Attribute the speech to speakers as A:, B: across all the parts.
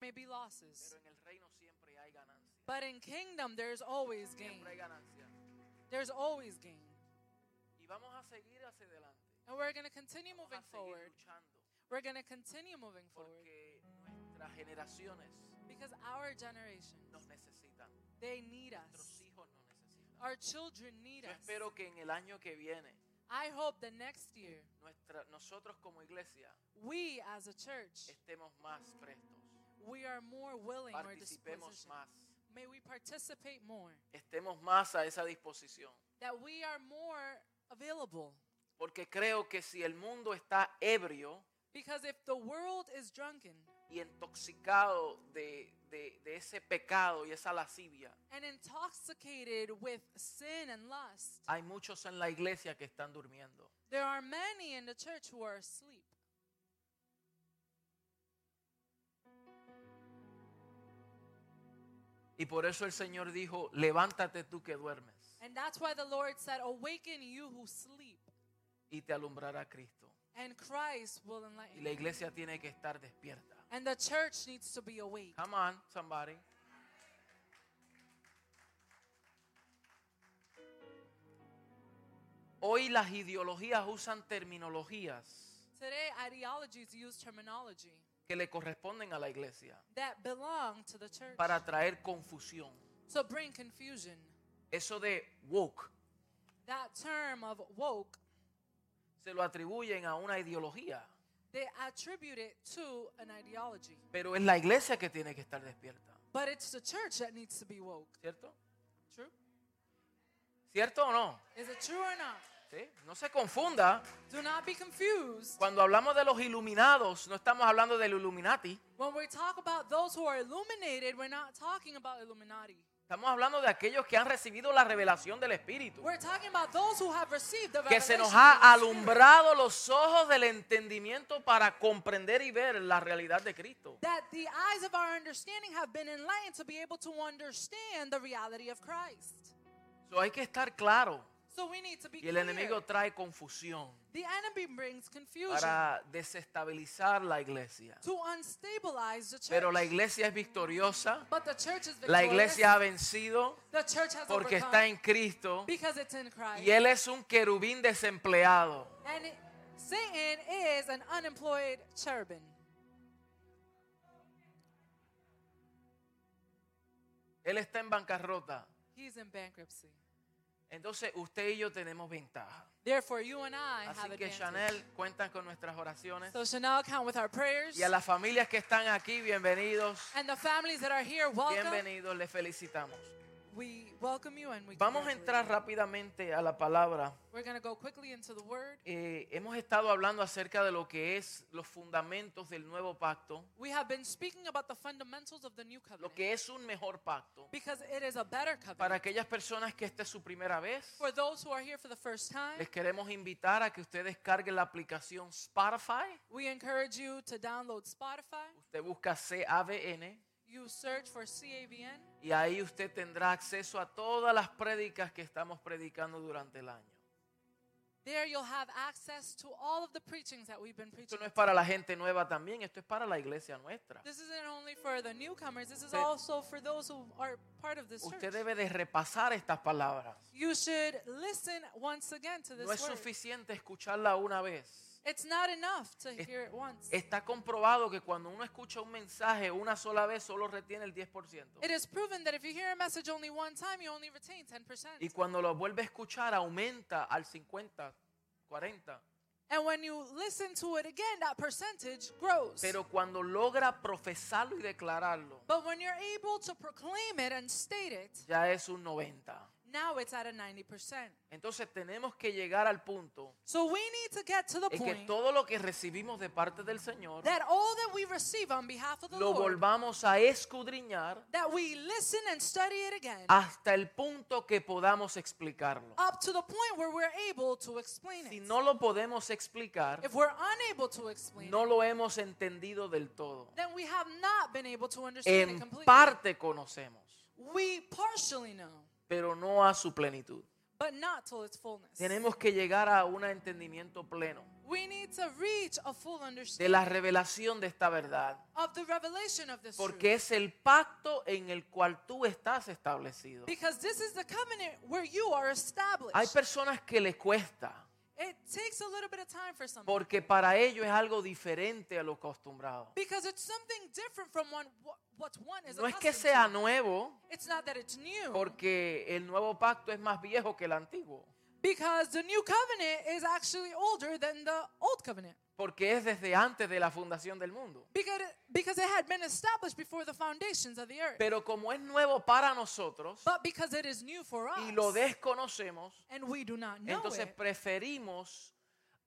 A: may be losses,
B: pero en el reino siempre hay ganancia.
A: but in kingdom there's always gain.
B: Siempre hay ganancia.
A: There's always gain.
B: Y vamos a seguir hacia adelante.
A: And we're going to continue
B: Vamos a
A: moving
B: seguir
A: forward.
B: luchando
A: We're going to continue moving forward
B: porque nuestras generaciones
A: because our generation,
B: nos necesitan.
A: they need
B: Nuestros
A: us.
B: hijos nos necesitan.
A: Our children need
B: Yo
A: us.
B: espero que en el año que viene
A: I hope the next year
B: nuestra, nosotros como iglesia
A: we as a church
B: estemos más prestos,
A: we are more willing or
B: participemos
A: disposition.
B: más,
A: May we participate more.
B: estemos más a esa disposición.
A: That we are more available.
B: Porque creo que si el mundo está ebrio
A: Because if the world is drunken
B: y intoxicado de, de- de ese pecado y esa lascivia,
A: and intoxicated with sin and lust,
B: hay muchos en la iglesia que están durmiendo.
A: there are many in the church who are asleep.
B: Y por eso el Señor dijo, levántate tú que duermes
A: And that's why the Lord said, Awaken you who sleep,
B: y te alumbrará Cristo.
A: and Christ will
B: Y
A: enlighten
B: la
A: you.
B: iglesia tiene que estar despierta.
A: And the church needs to be awake.
B: Come on, somebody. Hoy las ideologías usan terminologías
A: Today, ideologies use terminology
B: que le corresponden a la iglesia
A: that belong to the church
B: para traer confusión.
A: to bring confusion.
B: Eso de woke
A: That term of woke,
B: se lo atribuyen a una ideología,
A: they attribute it to an ideology.
B: pero es la iglesia que tiene que estar despierta,
A: But it's the church that needs to be woke.
B: ¿cierto?
A: True?
B: ¿Cierto o no?
A: Is it true or not?
B: ¿Sí? No se confunda.
A: Do not be confused.
B: Cuando hablamos de los iluminados, no estamos hablando del Illuminati.
A: When we talk about those who are illuminated, we're not talking about Illuminati.
B: Estamos hablando de aquellos que han recibido la revelación del Espíritu.
A: We're talking about those who have received the
B: Que se nos
A: revelation
B: ha
A: of the Spirit.
B: alumbrado los ojos del entendimiento para comprender y ver la realidad de Cristo.
A: That the eyes of our understanding have been enlightened to be able to understand the reality of Christ.
B: So, hay que estar claro.
A: So we need to be
B: Y el
A: clear.
B: enemigo trae confusión
A: the enemy brings confusion
B: para desestabilizar la iglesia.
A: to unstabilize the church.
B: Pero la iglesia es victoriosa.
A: but the church is
B: La
A: victorious.
B: iglesia ha vencido
A: the church has
B: porque
A: overcome
B: está en Cristo.
A: because it's in Christ.
B: Y él es un querubín desempleado.
A: And it- Satan is an unemployed cherubim.
B: Él está en bancarrota.
A: He's in bankruptcy.
B: Entonces usted y yo tenemos ventaja.
A: Therefore, you and I have
B: Así que
A: advantage.
B: Chanel, cuentan con nuestras oraciones.
A: so Chanel, count with our prayers.
B: Y a las familias que están aquí, bienvenidos.
A: and the families that are here, welcome.
B: Bienvenidos, les felicitamos.
A: We welcome you and we
B: Vamos a
A: congratulate
B: entrar rápidamente a la palabra.
A: you. We're going to go quickly into the word.
B: Eh, hemos estado hablando acerca de lo que es los fundamentos del nuevo pacto,
A: We have been speaking about the fundamentals of the new
B: lo
A: covenant
B: que es un mejor pacto.
A: because it is a better covenant.
B: Para aquellas personas que esta es su primera vez,
A: For those who are here for the first time,
B: les queremos invitar a que ustedes carguen la aplicación Spotify.
A: we encourage you to download Spotify.
B: Usted busca CABN
A: You search for CAVN,
B: y ahí usted tendrá acceso a todas las prédicas que estamos predicando durante el año.
A: There you'll have access to all of the preachings that we've been preaching.
B: Esto no es para la gente nueva también, esto es para la iglesia nuestra.
A: This isn't only for the newcomers, this is
B: Usted-
A: also for those who are part of this
B: Usted
A: church.
B: debe de repasar estas palabras.
A: You should listen once again to this
B: No es
A: word.
B: suficiente escucharla una vez.
A: It's not enough to
B: Es-
A: hear it once.
B: Está comprobado que cuando uno escucha un mensaje una sola vez solo retiene el 10%.
A: It is proven that if you hear a message only one time, you only retain 10%.
B: Y cuando lo vuelve a escuchar aumenta al 50, 40.
A: and when you listen to it again, that percentage grows.
B: Pero cuando logra profesarlo y declararlo,
A: but when you're able to proclaim it and state it,
B: ya es un 90.
A: now it's at a 90%.
B: Entonces tenemos que llegar al punto
A: So we need to get to the
B: en que
A: point
B: todo lo que recibimos de parte del Señor
A: that all that we receive on behalf of the
B: lo
A: Lord
B: volvamos a escudriñar
A: that we listen and study it again
B: hasta el punto que podamos explicarlo.
A: up to the point where we're able to explain
B: Si
A: it.
B: no lo podemos explicar,
A: if we're unable to explain
B: no
A: it,
B: lo hemos entendido del todo.
A: then we have not been able to understand it
B: En
A: completely.
B: parte conocemos,
A: we partially know,
B: pero no a su plenitud.
A: but not till its fullness.
B: Tenemos que llegar a un entendimiento pleno.
A: We need to reach a full
B: de la
A: understanding
B: revelación de esta verdad.
A: of the revelation of this truth.
B: Porque es el pacto en el cual tú estás establecido.
A: Because this is the covenant where you are established.
B: Hay personas que le cuesta,
A: It takes a little bit of time for some
B: porque para ellos es algo diferente a lo acostumbrado.
A: because it's something different from one what, what one is
B: No es que
A: accustomed
B: sea
A: to.
B: nuevo,
A: It's not that it's new
B: porque el nuevo pacto es más viejo que el antiguo,
A: because the new covenant is actually older than the old covenant
B: porque es desde antes de la fundación del mundo.
A: because it, because it had been established before the foundations of the earth.
B: Pero como es nuevo para nosotros
A: But because it is new for us
B: y lo desconocemos,
A: and we do not know
B: entonces
A: it,
B: preferimos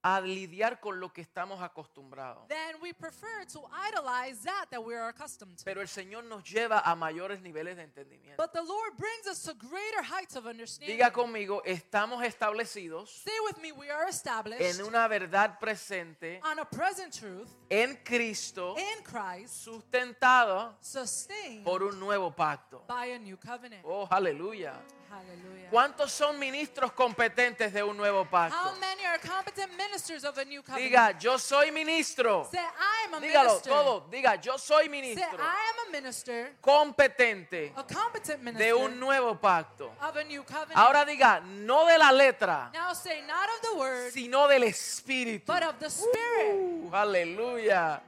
B: a lidiar con lo que estamos acostumbrados.
A: then we prefer to idolize that that we are accustomed to.
B: Pero el Señor nos lleva a mayores niveles de entendimiento.
A: But the Lord brings us to greater heights of understanding.
B: Diga conmigo, estamos establecidos
A: Stay with me, we are established
B: en una verdad presente
A: on a present truth
B: en Cristo,
A: in Christ,
B: sustentada
A: sustained
B: por un nuevo pacto.
A: by a new covenant.
B: Oh, aleluya.
A: Hallelujah.
B: ¿Cuántos son ministros competentes de un nuevo
A: How
B: pacto?
A: many are competent ministers of a new covenant?
B: Diga, yo soy ministro.
A: Say, I am a
B: Dígalo
A: minister.
B: todo. Diga, yo soy
A: Say,
B: ministro
A: I am a minister,
B: competente
A: a competent minister
B: de un nuevo pacto.
A: of a new covenant.
B: Ahora diga, no de la letra,
A: now say, not of the word,
B: sino del espíritu.
A: but of the spirit.
B: Uh, aleluya.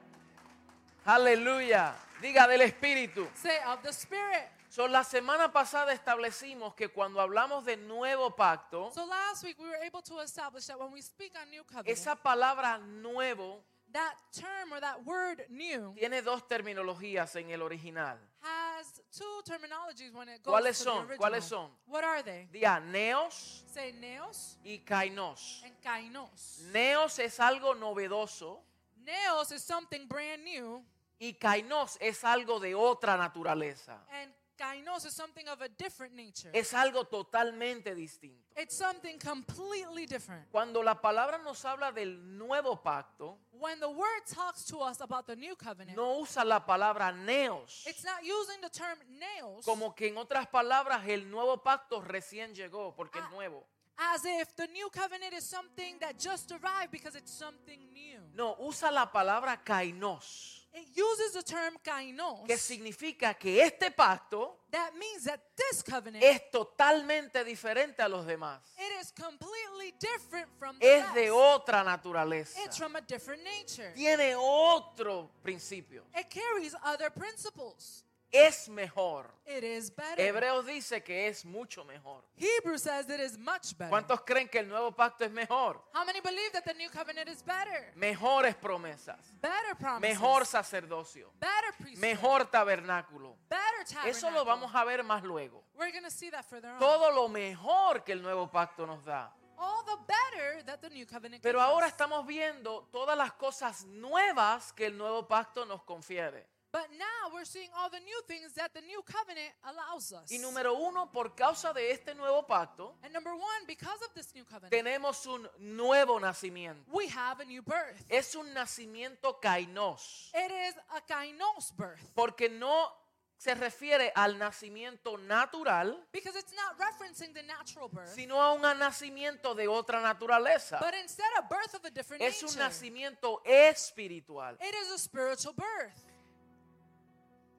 B: Aleluya. Diga del espíritu.
A: Say, of the spirit.
B: So, la semana pasada establecimos que cuando hablamos de nuevo pacto,
A: So last week we were able to establish that when we speak on new covenant,
B: esa palabra nuevo
A: that term or that word new
B: tiene dos terminologías en el original.
A: has two terminologies when it goes
B: ¿Cuáles
A: to
B: son?
A: the original.
B: ¿Cuáles son?
A: What are they?
B: Diga neos
A: Say neos
B: y kainos.
A: and kainos.
B: Neos es algo novedoso
A: Neos is something brand new
B: y kainos es algo de otra naturaleza.
A: and kainos is something of a different nature.
B: Es algo totalmente distinto.
A: It's something completely different.
B: Cuando la palabra nos habla del nuevo pacto,
A: When the word talks to us about the new covenant,
B: no usa la palabra neos.
A: it's not using the term neos
B: Como que en otras palabras, el nuevo pacto recién llegó porque es
A: Ah.
B: nuevo.
A: as if the new covenant is something that just arrived because it's something new.
B: No, usa la palabra kainos,
A: It uses the term kainos.
B: que significa que este pacto
A: That means that this covenant
B: es totalmente diferente a los demás.
A: it is completely different from the
B: Es de
A: rest.
B: otra naturaleza.
A: It's from a different nature.
B: Tiene otro principio.
A: It carries other principles.
B: Es mejor.
A: It is better.
B: Hebreos dice que es mucho mejor.
A: Hebrew says it is much better.
B: ¿Cuántos creen que el nuevo pacto es mejor?
A: How many believe that the new covenant is better?
B: Mejores promesas,
A: Better promises.
B: mejor sacerdocio,
A: better priesthood.
B: mejor tabernáculo.
A: better tabernacle.
B: Eso lo vamos a ver más luego.
A: We're going to see that further on.
B: Todo lo mejor que el nuevo pacto nos da.
A: All the better that the new covenant
B: Pero
A: gives
B: ahora
A: us.
B: estamos viendo todas las cosas nuevas que el nuevo pacto nos confiere.
A: But now we're seeing all the new things that the new covenant allows us.
B: Y número uno, por causa de este nuevo pacto,
A: and number one, because of this new covenant,
B: tenemos un nuevo nacimiento.
A: we have a new birth.
B: Es un nacimiento kainos,
A: It is a kainos birth
B: porque no se refiere al nacimiento natural,
A: because it's not referencing the natural birth,
B: sino a un nacimiento de otra naturaleza.
A: but instead a birth of a different
B: Es un
A: nature.
B: nacimiento espiritual.
A: It is a spiritual birth.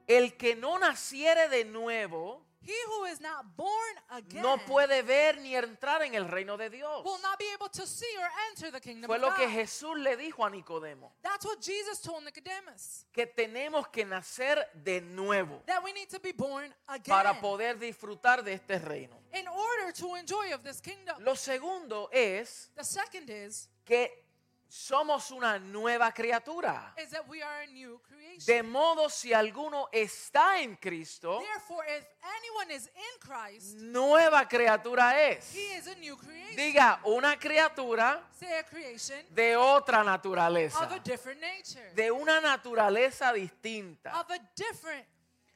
B: El que no naciere de nuevo
A: He who is not born again
B: no puede ver ni entrar en el reino de Dios.
A: will not be able to see or enter the kingdom
B: Fue
A: of
B: lo
A: God.
B: que Jesús le dijo a Nicodemo,
A: That's what Jesus told Nicodemus
B: que tenemos que nacer de nuevo
A: that we need to be born again
B: para poder disfrutar de este reino.
A: in order to enjoy of this kingdom.
B: Lo segundo es
A: The second is
B: que somos una nueva criatura.
A: is that we are a new creation.
B: De modo si alguno está en Cristo,
A: Therefore, if anyone is in Christ,
B: nueva criatura es.
A: he is a new creation.
B: Diga, una criatura
A: Say a creation
B: de otra
A: of
B: naturaleza,
A: a different nature.
B: de una naturaleza distinta.
A: Of a different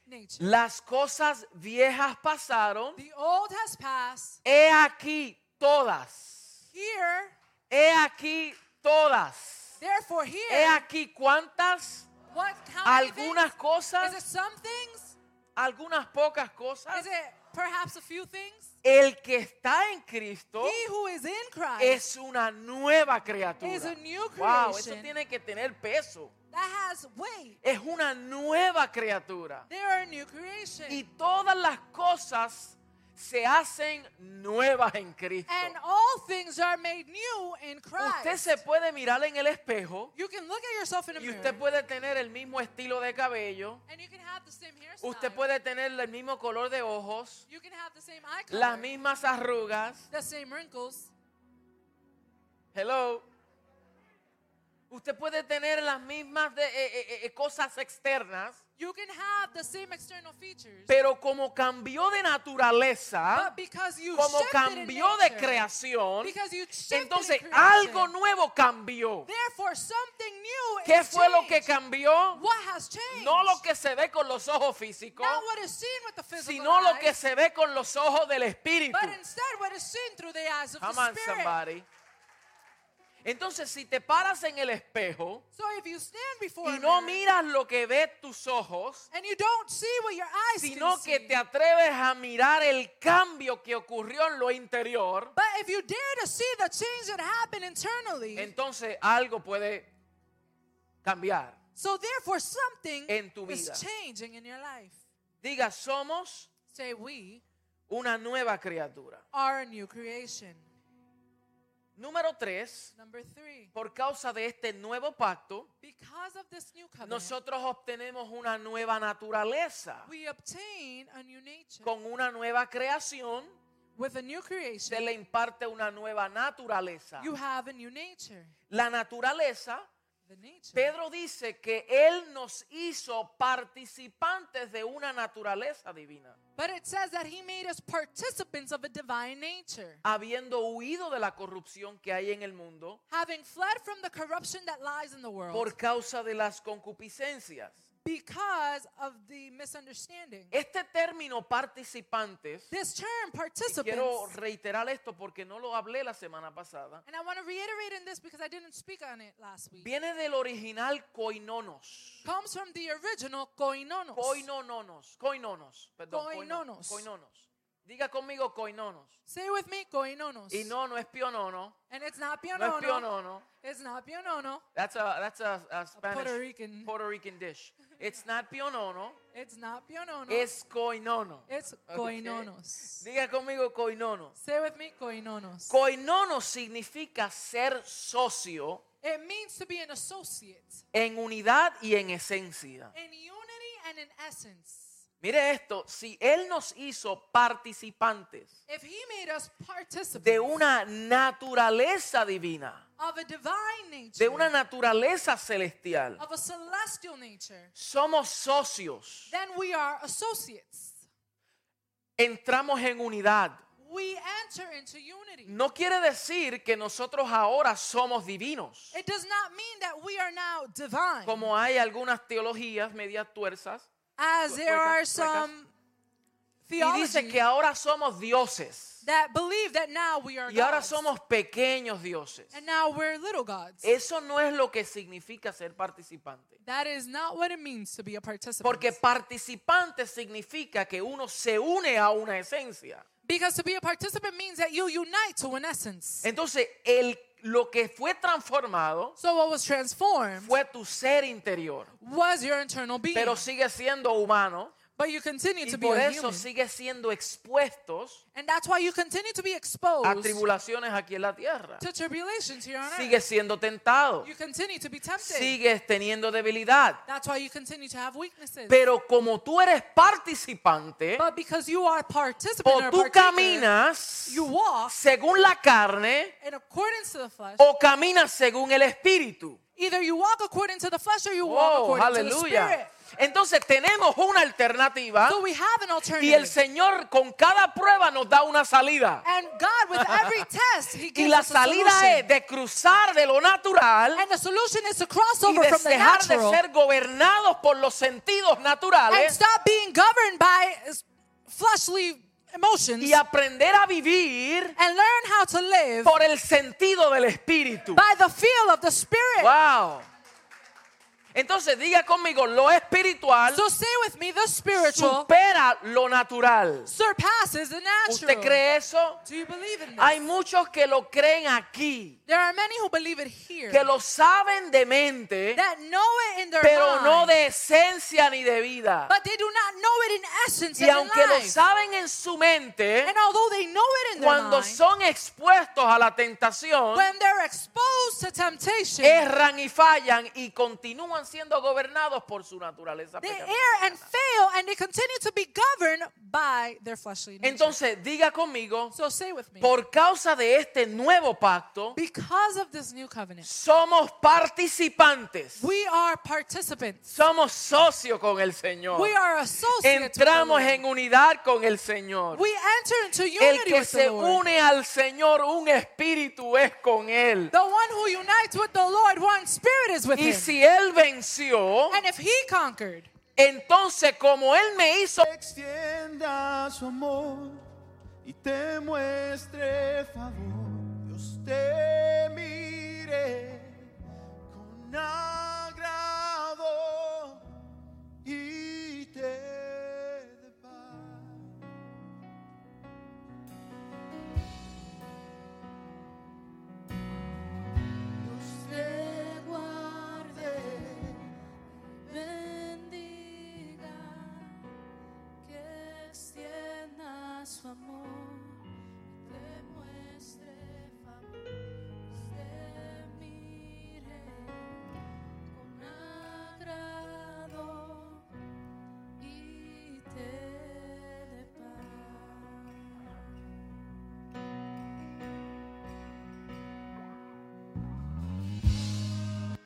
A: nature.
B: Las cosas viejas pasaron,
A: The old has passed.
B: he aquí todas,
A: Here,
B: he aquí todas,
A: therefore,
B: he
A: here,
B: aquí cuántas,
A: what how many
B: algunas
A: things? Is it
B: cosas,
A: some things?
B: algunas pocas cosas.
A: Is it perhaps a few things?
B: El que está en Cristo
A: He who is in Christ,
B: es una nueva criatura.
A: Is a new
B: wow, eso
A: creation.
B: tiene que tener peso.
A: that has weight,
B: Es una nueva criatura.
A: they are a new
B: Y
A: creation.
B: todas las cosas se hacen nuevas en Cristo.
A: And all things are made new in
B: Usted
A: Christ.
B: se puede mirar en el espejo
A: You can look at yourself in a
B: y
A: mirror,
B: usted puede tener el mismo estilo de cabello,
A: and you can have the same hairstyle.
B: usted puede tener el mismo color de ojos,
A: You can have the same eye
B: las
A: color,
B: mismas arrugas.
A: the same wrinkles.
B: Hello. Usted puede tener las mismas de- eh, eh, eh, cosas externas,
A: You can have the same external features.
B: pero como cambió de naturaleza,
A: But because Ah, you
B: como
A: shifted in
B: cambió de
A: nature,
B: creación,
A: because you shifted in
B: entonces
A: creation,
B: algo nuevo cambió.
A: Therefore, something new
B: ¿Qué
A: is
B: fue lo que
A: changed.
B: cambió?
A: What has changed?
B: No lo que se ve con los ojos físicos,
A: Not what is seen with the physical
B: sino lo
A: eye,
B: que se ve con los ojos del espíritu.
A: but instead what is seen through the eyes of
B: Come
A: the
B: on,
A: spirit.
B: somebody. Entonces, si te paras en el espejo
A: So if you stand before
B: y
A: a
B: no
A: mirror
B: miras lo que ve tus ojos,
A: and you don't see what your eyes
B: sino
A: can
B: que
A: see,
B: te atreves a mirar el cambio que ocurrió en lo interior,
A: but if you dare to see the change that happened internally,
B: entonces algo puede cambiar.
A: so therefore something
B: En tu
A: is
B: vida.
A: changing in your life.
B: Diga, somos
A: Say we
B: una nueva criatura.
A: are a new creation.
B: Número tres,
A: Number three,
B: por causa de este nuevo pacto,
A: because of this new covenant,
B: nosotros obtenemos una nueva naturaleza
A: we obtain a new nature.
B: con una nueva creación.
A: With a new
B: Se
A: creation,
B: le imparte una nueva naturaleza.
A: you have a new nature.
B: La naturaleza,
A: The nature.
B: Pedro dice que Él nos hizo participantes de una naturaleza divina,
A: But it says that he made us participants of a divine nature,
B: habiendo huido de la corrupción que hay en el mundo
A: having fled from the corruption that lies in the world
B: por causa de las concupiscencias.
A: because of the misunderstanding.
B: Este término participantes,
A: This term, participants,
B: quiero reiterar esto porque no lo hablé la semana pasada,
A: and I want to reiterate in this because I didn't speak on it last week,
B: viene del original koinonos.
A: comes from the original koinonos.
B: Koinononos, koinonos, perdón,
A: Koinonos.
B: koinonos. koinonos. Diga conmigo koinonos.
A: Say with me, koinonos.
B: Y no, no es pionono.
A: and it's not
B: No
A: pionono.
B: es pionono.
A: It's not pionono.
B: That's a that's a, a Spanish
A: Puerto Rican.
B: Puerto Rican dish. It's not pionono,
A: It's not pionono.
B: es coinono.
A: it's
B: Ok.
A: koinonos.
B: Diga conmigo coinono.
A: Say with me, koinonos.
B: Coinono significa ser socio
A: It means to be an associate
B: en unidad y en esencia.
A: in unity and in essence.
B: Mire esto, si él nos hizo participantes
A: If he made us
B: de
A: participants
B: una naturaleza divina,
A: of a divine nature,
B: de una naturaleza celestial,
A: of a celestial nature,
B: somos socios,
A: then we are associates.
B: entramos en unidad.
A: We enter into unity.
B: No quiere decir que nosotros ahora somos divinos,
A: It does not mean that we are now divine,
B: como hay algunas teologías medias tuerzas,
A: as there
B: Tuercas,
A: are
B: tuercas.
A: some
B: y dice que
A: theology
B: ahora somos dioses,
A: that believe that now we are
B: y ahora
A: gods,
B: somos Eh, pequeños dioses.
A: and now we're little gods.
B: Eso no es lo que significa ser participante.
A: That is not what it means to be a participant.
B: Porque participante significa que uno se une a una esencia.
A: Because to be a participant means that you unite to an essence.
B: Entonces, el, lo que fue transformado
A: So what was transformed
B: fue tu ser interior,
A: was your internal being.
B: pero sigue siendo humano
A: But you continue
B: y
A: to be
B: por
A: a
B: eso
A: human.
B: sigue siendo expuestos
A: And that's why you continue to be
B: a
A: exposed
B: tribulaciones aquí en la tierra.
A: to tribulations here on
B: Sigue
A: earth.
B: siendo tentado,
A: You continue to be tempted.
B: sigues teniendo debilidad,
A: That's why you continue to have weaknesses.
B: pero como tú eres participante
A: but because you are participant
B: o
A: or
B: tú
A: partaker,
B: caminas
A: you walk
B: según la carne
A: in accordance to the flesh.
B: o caminas según el espíritu.
A: Either you walk according to the flesh or you walk
B: Oh,
A: according to the spirit.
B: aleluya. Entonces tenemos una alternativa
A: So we have an alternative.
B: Ah. y el Señor con cada prueba nos da una salida.
A: and God, with every test, He
B: Y
A: gives
B: la
A: us a solution.
B: salida es de cruzar de lo natural
A: And the solution is to cross
B: y
A: over
B: de
A: from the
B: dejar de
A: natural
B: ser gobernados por los sentidos
A: and
B: naturales
A: stop being governed by s- fleshly emotions
B: y aprender a vivir
A: and learn how to live
B: por el sentido del espíritu.
A: by the feel of the Spirit.
B: Wow. Entonces diga conmigo, lo espiritual
A: So say with me, the spiritual
B: supera lo natural.
A: surpasses the
B: ¿Usted
A: natural.
B: cree eso?
A: Do you believe in
B: Hay
A: this?
B: muchos que lo creen aquí,
A: There are many who believe it here
B: que lo saben de mente,
A: that know it in their
B: pero no
A: mind,
B: de esencia ni de vida.
A: but they do not know it in essence
B: Y
A: and in
B: aunque lo
A: life.
B: saben en su mente,
A: And although they know it in their
B: cuando
A: mind,
B: son expuestos a la tentación,
A: when they're exposed to temptation, they
B: erran y fallan y continúan siendo gobernados por su naturaleza pecaminosa.
A: err and fail and they continue to be governed by their fleshly nature.
B: Entonces, diga conmigo,
A: so say with me,
B: por causa de este nuevo pacto,
A: because of this new covenant,
B: somos participantes,
A: we are participants.
B: somos socios con el Señor,
A: We are associates. with the
B: entramos
A: Lord.
B: en unidad con el Señor.
A: We enter into
B: El
A: unity
B: que
A: with
B: se
A: the Lord.
B: une al Señor, un espíritu es con él.
A: The one who unites with the Lord, one spirit is with
B: Y
A: him.
B: si él venció,
A: And if he conquered,
B: entonces como él me hizo
C: extienda su amor y te muestre favor. Dios te mire con agrado y te dé paz. Dios te guarde.
D: bendiga, que extienda su amor, te muestre favor, te mire con agrado y te dé paz.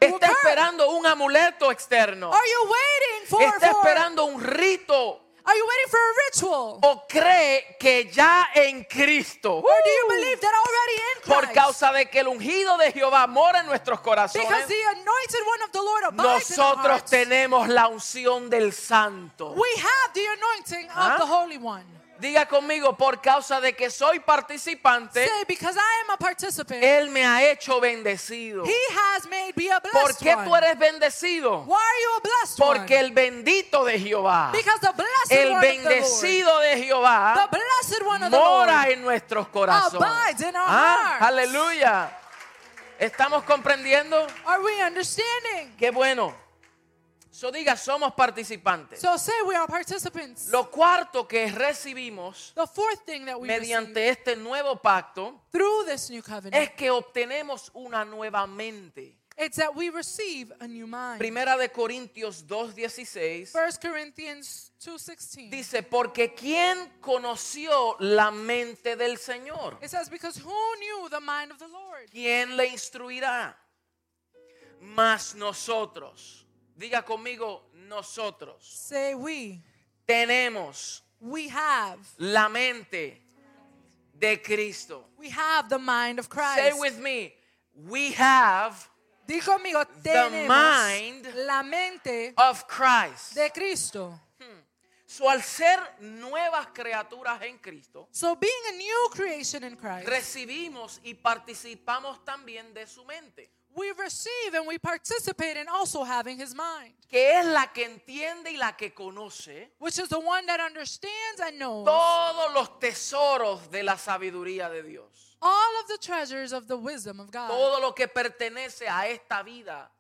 B: Está esperando un amuleto externo.
A: are you waiting for,
B: Está
A: for
B: esperando un rito.
A: are you waiting for a ritual?
B: O cree que ya en Cristo.
A: Or do you believe that already in
B: Por
A: Christ?
B: causa de que el ungido de Jehová mora en nuestros
A: because
B: corazones.
A: the anointed one of the Lord abides in our
B: Nosotros
A: hearts.
B: tenemos la unción del santo.
A: We have the anointing
B: Huh?
A: of the Holy One.
B: Diga conmigo, por causa de que soy participante,
A: Say, because I am a participant,
B: Él me ha hecho bendecido.
A: he has made me a
B: ¿Por
A: blessed
B: qué tú
A: one.
B: eres bendecido?
A: Why are you a blessed
B: Porque
A: one?
B: el bendito de Jehová,
A: because the blessed
B: el
A: one of the Lord.
B: bendecido de Jehová,
A: The blessed one of the
B: mora
A: Lord.
B: en nuestros corazones.
A: Abides in our
B: Ah,
A: hearts.
B: aleluya. ¿Estamos comprendiendo?
A: Are we understanding?
B: Qué bueno. Eso diga, somos participantes.
A: So say we are participants.
B: Lo cuarto que recibimos
A: the fourth thing that we receive
B: mediante este nuevo pacto
A: through this new covenant
B: es que obtenemos una nueva mente.
A: it's that we receive a new mind.
B: Primera de Corintios 2:16
A: First Corinthians 2:16.
B: dice, porque ¿quién conoció la mente del Señor?
A: It says, Because who knew the mind of the Lord?
B: ¿Quién le instruirá? Mas nosotros, diga conmigo, nosotros
A: Say we.
B: tenemos
A: We have.
B: la mente de Cristo.
A: We have the mind of
B: Say
A: Christ.
B: with me, we have
A: Di conmigo,
B: the
A: tenemos
B: mind
A: la mente
B: of Christ.
A: de Cristo.
B: So, al ser nuevas criaturas en Cristo,
A: So being a new creation in Christ,
B: recibimos y participamos también de su mente,
A: we receive and we participate in also having his mind,
B: que es la que entiende y la que conoce
A: which is the one that understands and knows
B: todos los tesoros de la sabiduría de Dios.
A: all of the treasures of the wisdom of God.
B: todo lo que pertenece a esta vida,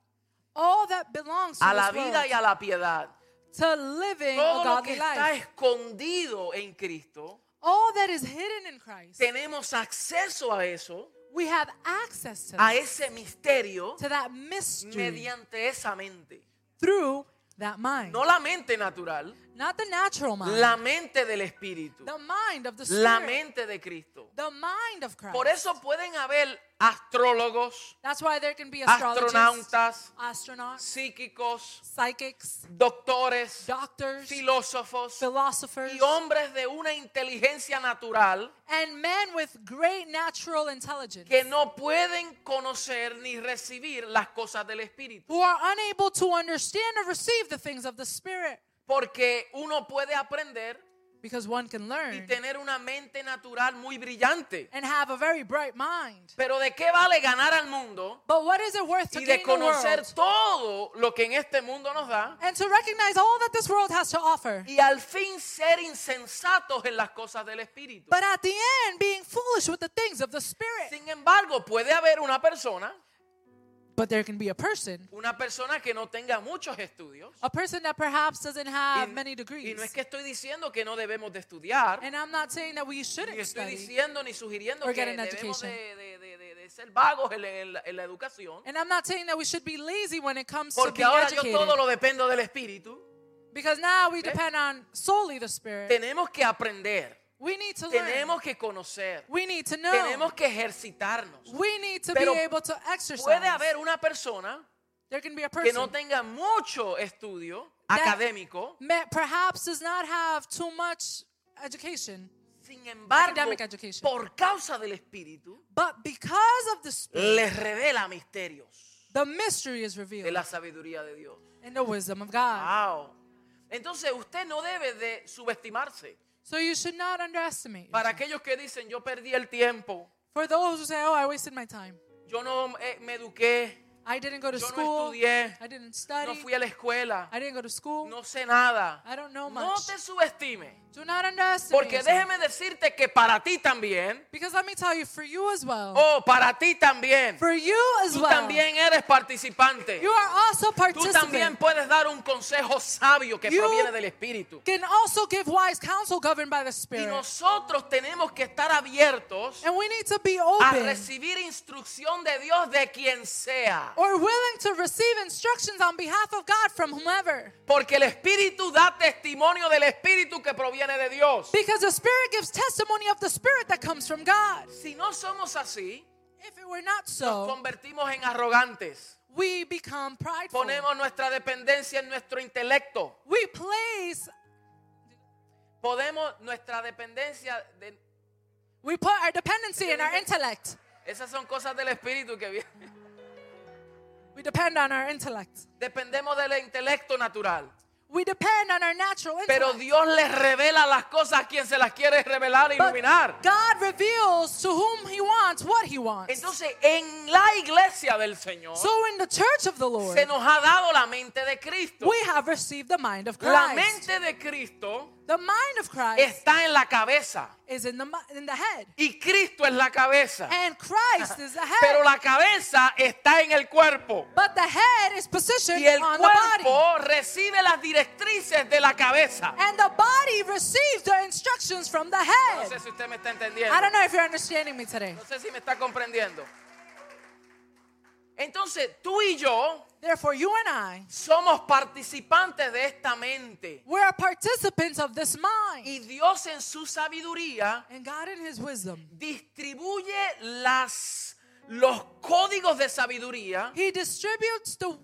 A: all that belongs to
B: a la
A: this world,
B: vida y a la piedad,
A: to living a
B: todo lo que
A: godly
B: está
A: life.
B: escondido en Cristo,
A: All that is hidden in Christ.
B: tenemos acceso a eso,
A: we have access to,
B: a
A: that,
B: ese misterio,
A: to that mystery
B: mediante esa mente.
A: through that mind.
B: No la mente natural,
A: Not the natural mind.
B: la mente del Espíritu,
A: the mind of the Spirit.
B: la mente de Cristo.
A: the mind of Christ.
B: Por eso pueden haber astrólogos,
A: That's why there can be astrologists,
B: astronautas,
A: astronauts,
B: psíquicos,
A: psychics,
B: doctores,
A: doctors,
B: filósofos,
A: philosophers,
B: y hombres de una inteligencia natural
A: and men with great natural intelligence
B: que no pueden conocer ni recibir las cosas del Espíritu.
A: who are unable to understand or receive the things of the Spirit.
B: Porque uno puede aprender
A: because one can
B: y
A: learn
B: tener una mente natural muy brillante.
A: and have a very bright mind.
B: Pero ¿de qué vale ganar al mundo
A: But what is it worth to
B: y de
A: gain the
B: conocer
A: world
B: todo lo que en este mundo nos da
A: and to recognize all that this world has to offer,
B: y al fin ser insensatos en las cosas del espíritu?
A: but at the end being foolish with the things of the spirit?
B: Sin embargo, puede haber una persona,
A: But there can be a person,
B: una persona que no tenga muchos estudios.
A: a person that perhaps doesn't have many
B: y
A: degrees.
B: no es que estoy diciendo que no debemos de estudiar,
A: And I'm not saying that we shouldn't
B: ni estoy
A: study.
B: diciendo ni sugiriendo
A: or
B: que
A: get an
B: debemos
A: education.
B: de, de- de- de- de ser vagos en, la- en la- en la educación,
A: And I'm not saying that we should be lazy when it comes to
B: porque
A: being
B: ahora yo
A: educated.
B: todo lo dependo del espíritu.
A: Because now we
B: ¿Ves?
A: depend on solely the spirit.
B: Tenemos que aprender,
A: We need to learn.
B: tenemos que conocer,
A: We need to know.
B: tenemos que ejercitarnos.
A: We need to be
B: Pero
A: able to exercise.
B: Puede haber una persona
A: There can be a
B: que
A: person
B: no tenga mucho estudio
A: That-
B: académico,
A: ma- perhaps does not have too much education,
B: sin embargo,
A: Academic education.
B: por causa del espíritu,
A: but because of the spirit,
B: les revela misterios
A: the mystery is
B: de Ah.
A: revealed
B: la sabiduría de Dios.
A: in the wisdom of God.
B: Wow. Entonces usted no debe de subestimarse.
A: So you should not underestimate.
B: Para aquellos que dicen, yo perdí el tiempo,
A: For those who say, "Oh, I wasted my time.
B: yo no eh, me eduqué,
A: I didn't go to
B: Yo no
A: school.
B: estudié.
A: I didn't
B: no
A: study.
B: fui a la escuela,
A: I didn't go to school.
B: no sé nada.
A: I don't know
B: No
A: much."
B: te subestime.
A: Do not underestimate.
B: Porque
A: yourself.
B: déjeme decirte que para ti también,
A: Because let me tell you, for you as well,
B: oh, para ti también,
A: for you as
B: tú
A: well,
B: también eres participante.
A: you are also
B: Tú
A: participating.
B: también puedes dar un consejo sabio que
A: You-
B: proviene del Espíritu.
A: Can also give wise counsel governed by the
B: Y
A: Spirit.
B: nosotros tenemos que estar abiertos
A: And we need to be
B: a
A: open
B: recibir instrucción de Dios de quien sea.
A: or willing to receive instructions on behalf of God from whomever.
B: Porque el Espíritu da testimonio del Espíritu que proviene de Dios.
A: Because the Spirit gives testimony of the Spirit that comes from God.
B: Si no somos así,
A: If it were not
B: nos
A: so,
B: convertimos en arrogantes.
A: we become prideful.
B: Ponemos nuestra dependencia en nuestro intelecto.
A: We place,
B: Podemos nuestra dependencia de
A: we put our dependency in our intellect.
B: esas son cosas del espíritu que vienen.
A: We depend on our intellect.
B: Dependemos del intelecto natural.
A: We depend on our natural intellect.
B: Pero Dios les revela las cosas a quien se las quiere revelar e
A: But
B: iluminar.
A: God reveals to whom He wants what He wants.
B: Entonces, en la iglesia del Señor
A: so in the church of the Lord,
B: se nos ha dado la mente de Cristo.
A: we have received the mind of
B: La
A: Christ.
B: mente de Cristo
A: the mind of Christ
B: está en la cabeza
A: is in the mi- in the head,
B: y Cristo es la cabeza.
A: and Christ is the head.
B: Pero la cabeza está en el cuerpo
A: but the head is positioned
B: y el
A: on the body,
B: cuerpo recibe las directrices de la cabeza.
A: and the body receives the instructions from the
B: No
A: head.
B: sé si usted me está entendiendo.
A: I don't know if you're understanding me today.
B: No sé si me está comprendiendo. Entonces, tú y yo
A: Therefore, you and I,
B: somos participantes de esta mente.
A: we are participants of this mind,
B: Y Dios en su sabiduría
A: and God in His wisdom,
B: distribuye las, los códigos de sabiduría
A: He distributes the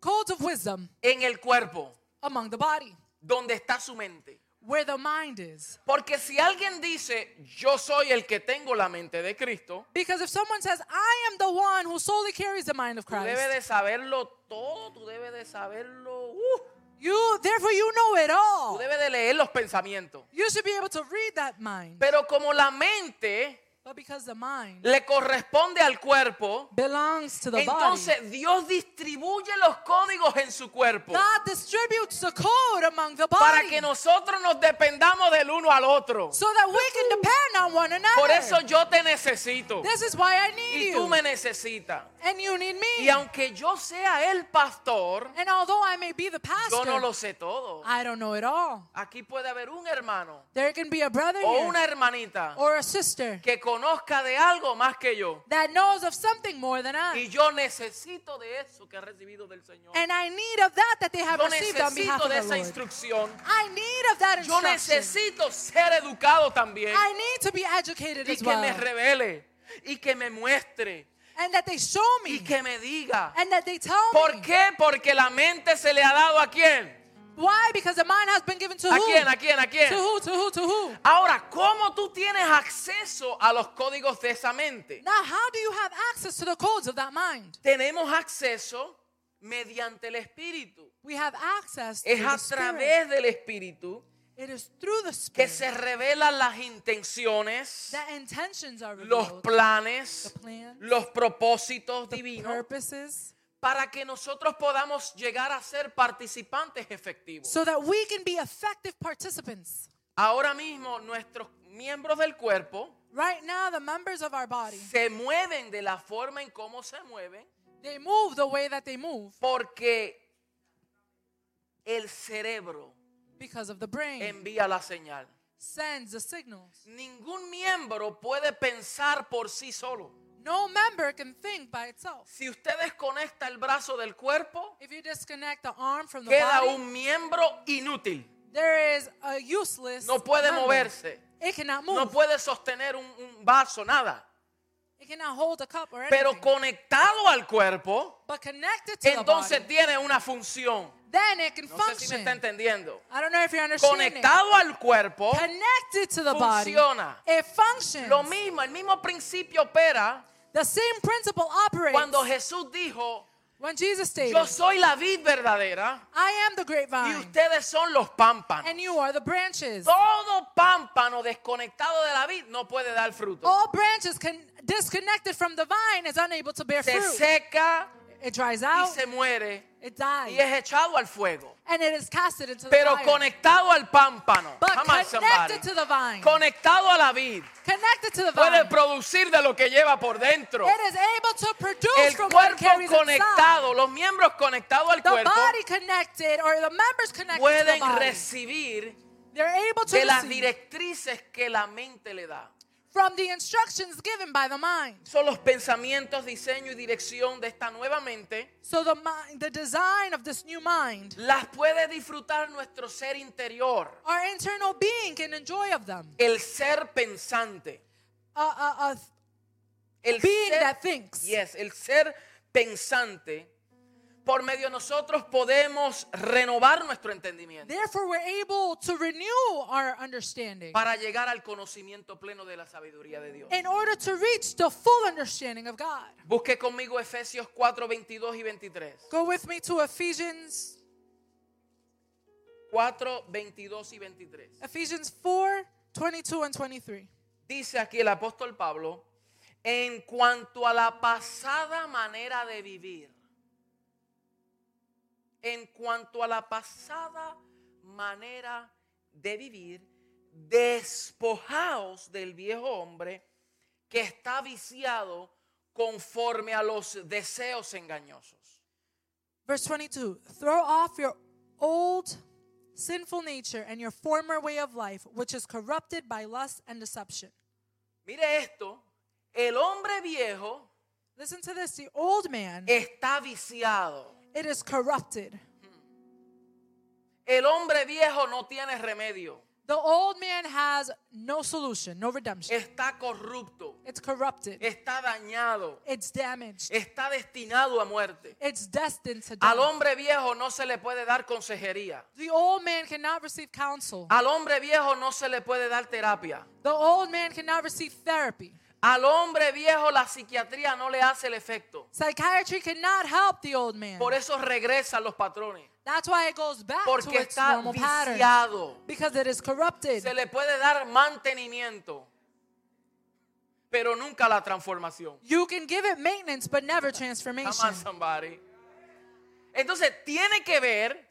A: codes of wisdom
B: en el cuerpo,
A: among the body.
B: donde está su mente.
A: where the mind is.
B: Porque si alguien dice, yo soy el que tengo la mente de Cristo,
A: Because if someone says, I am the one who solely carries the mind of
B: tú debes
A: Christ,
B: de saberlo todo, tú debes de saberlo, uh,
A: you therefore you know it
B: tú
A: all.
B: debes de leer los pensamientos.
A: You should be able to read that mind.
B: Pero como la mente
A: But because the mind
B: le corresponde al cuerpo,
A: belongs to the body,
B: entonces Dios distribuye los códigos en su cuerpo
A: God distributes the code among the
B: para
A: body
B: que nosotros nos dependamos del uno al otro.
A: so that we can depend on one
B: Por eso
A: another.
B: yo te necesito
A: This is why I need
B: y tú
A: you,
B: me necesitas.
A: and you need
B: Y
A: me.
B: aunque yo sea el pastor,
A: And although I may be the Ah.
B: yo no lo
A: pastor,
B: sé todo.
A: I don't know it all.
B: Aquí puede haber un hermano
A: There can be a brother
B: o
A: here
B: una hermanita
A: or a sister
B: que conozca de algo más que yo.
A: that knows of something more than I.
B: Y yo necesito de eso que ha recibido del Señor.
A: And I need of that that they have
B: Yo
A: received on behalf
B: necesito
A: of
B: de
A: the
B: esa
A: Lord.
B: instrucción.
A: I need of that
B: Yo
A: instruction.
B: necesito ser educado también
A: I need to be educated
B: y
A: as
B: que me
A: well.
B: revele y que me muestre
A: And that they show
B: y
A: me.
B: que me diga.
A: And that they Mm. tell
B: ¿Por
A: me.
B: qué? Porque la mente se le ha dado a quién?
A: Why? Because the mind has been given to
B: ¿A
A: who?
B: quién? ¿A quién? ¿A
A: To
B: quién?
A: who? To who? To who?
B: Ahora, ¿cómo tú tienes acceso a los códigos de esa mente?
A: Now, how do you have access to the codes of that mind?
B: Tenemos acceso mediante el Espíritu.
A: We have access to
B: Es
A: the
B: a
A: Spirit.
B: través del Espíritu
A: It is through the
B: que
A: Spirit
B: se revelan las intenciones,
A: that intentions are
B: los
A: revealed.
B: planes,
A: the plans,
B: los propósitos
A: the
B: divinos
A: purposes,
B: para que nosotros podamos llegar a ser participantes efectivos.
A: so that we can be effective participants.
B: Ahora mismo nuestros miembros del cuerpo
A: Right now, the members of our body,
B: se mueven de la forma en cómo se mueven
A: they move the way that they move
B: porque el cerebro
A: because of the brain
B: envía la señal.
A: sends the signals.
B: Ningún miembro puede pensar por sí solo.
A: No member can think by itself.
B: Si usted desconecta el brazo del cuerpo,
A: If you disconnect the arm from the
B: queda
A: body,
B: un miembro inútil.
A: there is a useless
B: No puede
A: member.
B: moverse,
A: It cannot Pues, move.
B: no puede sostener un, un vaso, nada.
A: It cannot hold a cup or anything.
B: Pero conectado al cuerpo,
A: but connected to the
B: entonces
A: body,
B: tiene una función.
A: then it can
B: No sé si me
A: function.
B: está entendiendo.
A: I don't know if you're understanding.
B: Conectado al cuerpo,
A: Connected to the body,
B: Funciona.
A: it functions.
B: lo mismo, el mismo principio opera
A: the same principle operates
B: cuando Jesús dijo,
A: when Jesus stated,
B: yo soy la vid verdadera
A: I am the
B: y
A: grapevine,
B: ustedes son los pámpanos.
A: and you are the branches.
B: Todo pámpano desconectado de la vid no puede dar fruto.
A: All branches con- disconnected from the vine is unable to bear
B: Se
A: fruit.
B: seca
A: it dries
B: y
A: out,
B: se muere
A: it dies,
B: y es echado al fuego.
A: and it is casted into the
B: Pero
A: fire.
B: conectado al pámpano,
A: but
B: come on, somebody.
A: connected to the vine,
B: conectado a la vid,
A: connected to the
B: puede
A: vine,
B: producir de lo que lleva por dentro.
A: it is able to produce
B: El
A: from what it
B: cuerpo
A: carries inside.
B: conectado, los miembros conectados al
A: The
B: cuerpo
A: body connected or the members connected to the
B: pueden
A: body,
B: recibir
A: they're able to
B: de las
A: receive
B: directrices que la mente le da.
A: from the instructions given by the mind.
B: Son los pensamientos, diseño y dirección de esta nueva mente.
A: So the mind, the design of this new mind,
B: Las puede disfrutar nuestro ser interior,
A: our internal being can enjoy of them.
B: el ser pensante.
A: A, a, a th-
B: El
A: being
B: ser,
A: that thinks.
B: Yes, el ser pensante. Por medio de nosotros podemos renovar nuestro entendimiento
A: Therefore, we're able to renew our understanding
B: para llegar al conocimiento pleno de la sabiduría de Dios.
A: in order to reach the full understanding of God.
B: Busque conmigo Efesios 4, 22 y 23.
A: Go with me to Ephesians,
B: 4, 22 y 23.
A: Ephesians 4, 22 and 23.
B: Dice aquí el apóstol Pablo, en cuanto a la pasada manera de vivir, en cuanto a la pasada manera de vivir, despojaos del viejo hombre que está viciado conforme a los deseos engañosos.
A: Verse 22 Throw off your old sinful nature and your former way of life, which is corrupted by lust and deception.
B: Mire esto, el hombre viejo
A: Listen to this the old man,
B: está viciado.
A: it is corrupted.
B: El hombre viejo no tiene remedio,
A: The old man has no solution, no redemption.
B: está corrupto.
A: It's corrupted,
B: está dañado,
A: it's damaged,
B: está destinado a muerte.
A: it's destined to
B: Al
A: die.
B: hombre viejo no se le puede dar consejería.
A: The old man cannot receive counsel.
B: Al hombre viejo no se le puede dar terapia.
A: The old man cannot receive therapy.
B: Al hombre viejo la psiquiatría no le hace el efecto.
A: Psychiatry cannot help the old man.
B: Por eso regresan los patrones.
A: That's why it goes back to
B: Porque
A: its
B: está
A: normal pattern.
B: viciado.
A: Because it is corrupted.
B: Se le puede dar mantenimiento, pero nunca la transformación.
A: You can give it maintenance, but never
B: Come
A: transformation.
B: on, somebody. Entonces tiene que ver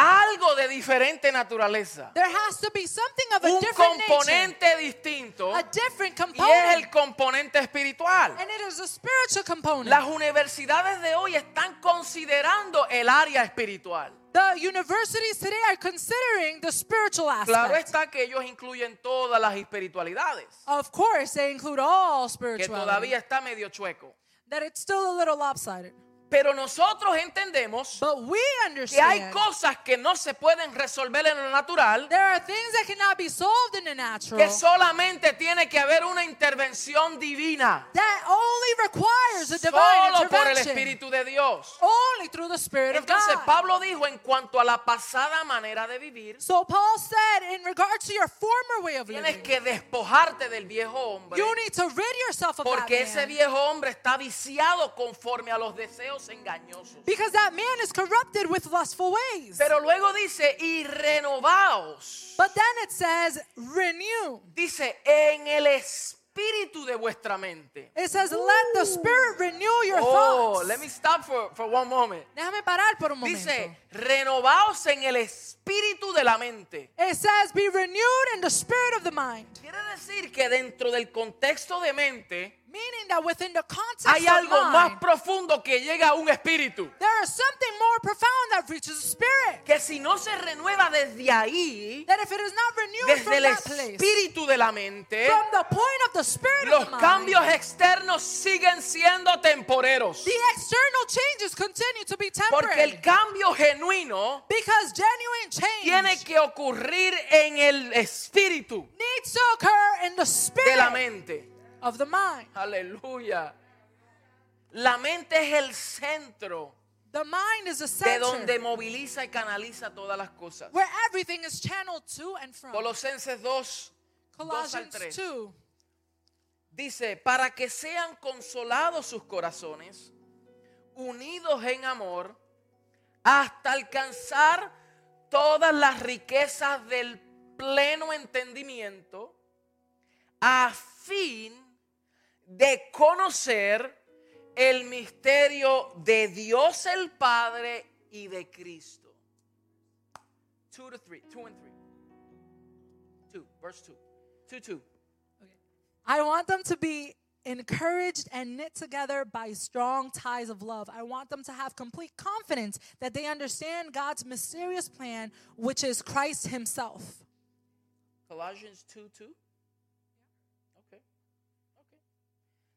B: algo de diferente naturaleza.
A: There has to be something of a
B: un
A: different nature,
B: componente distinto
A: a different
B: y es
A: component,
B: el componente espiritual.
A: and it is a spiritual component.
B: Las universidades de hoy están considerando el área espiritual.
A: The universities today are considering the spiritual
B: Claro
A: aspect.
B: está que ellos incluyen todas las espiritualidades,
A: Of course, they include all
B: que
A: spirituality.
B: todavía está medio chueco.
A: That it's still a little lopsided.
B: Pero nosotros entendemos
A: But we
B: que hay
A: understand
B: cosas que no se pueden resolver en lo natural,
A: there are things that cannot be solved in the natural
B: que solamente tiene que haber una intervención divina,
A: that only requires a divine
B: solo por el
A: intervention.
B: Espíritu de Dios.
A: Only through the Spirit of
B: Entonces
A: God.
B: Pablo dijo en cuanto a la pasada manera de vivir,
A: So Paul said, in regard to your former way of
B: tienes
A: living,
B: que despojarte del viejo hombre,
A: you need to rid yourself of that
B: porque ese
A: man,
B: viejo hombre está viciado conforme a los deseos deseos engañosos.
A: because that man is corrupted with lustful ways.
B: Pero luego dice, y renovaos.
A: But then it says, renew.
B: Dice, en el espíritu de vuestra mente.
A: It says, let the Spirit renew your
B: Oh,
A: thoughts.
B: let me stop for, for one moment.
A: Déjame parar por un momento.
B: Dice, renovaos en el espíritu de la mente.
A: It says, be renewed in the spirit of the mind.
B: Quiere decir que dentro del contexto de mente
A: Meaning that within the context
B: hay
A: of
B: algo más
A: mind,
B: profundo que llega a un espíritu.
A: there is something more profound that reaches the spirit.
B: Que si no se renueva desde ahí,
A: That if it is not renewed
B: desde
A: from
B: el
A: that place,
B: espíritu de la mente,
A: from the point of the spirit
B: los
A: of the mind,
B: cambios externos siguen siendo temporeros.
A: the external changes continue to be
B: Porque el
A: temporary.
B: cambio genuino
A: Because genuine
B: tiene
A: change
B: que ocurrir en el espíritu
A: needs to occur in the
B: de la
A: spirit
B: mente.
A: of the mind.
B: Aleluya. La mente es el centro
A: The mind is a
B: de
A: center
B: donde moviliza y canaliza todas las cosas.
A: where everything is channeled to and from.
B: Colosenses 2
A: Colossians
B: tres.
A: 2.
B: dice, para que sean consolados sus corazones, unidos en amor, hasta alcanzar todas las riquezas del pleno entendimiento, a fin de conocer el misterio de Dios el Padre y de Cristo. 2 to 3, 2 and 3. 2, verse 2. 2 2.
A: I want them to be encouraged and knit together by strong ties of love. I want them to have complete confidence that they understand God's mysterious plan, which is Christ Himself.
B: Colossians 2 2. Okay. Okay.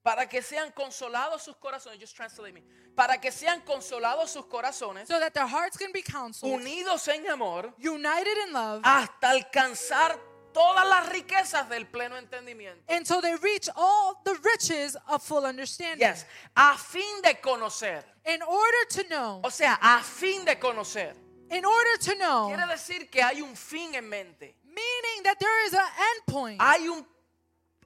B: Para que sean consolados sus corazones. Just translate me. Para que sean consolados sus corazones,
A: So that their hearts can be counseled,
B: unidos en amor,
A: united in love,
B: hasta alcanzar todas las riquezas del pleno entendimiento.
A: until they reach all the riches of full understanding.
B: Yes. A fin de conocer.
A: In order to know,
B: O sea, a fin de conocer.
A: in order to know,
B: Quiere decir que hay un fin en mente.
A: meaning that there is an end point.
B: Hay un,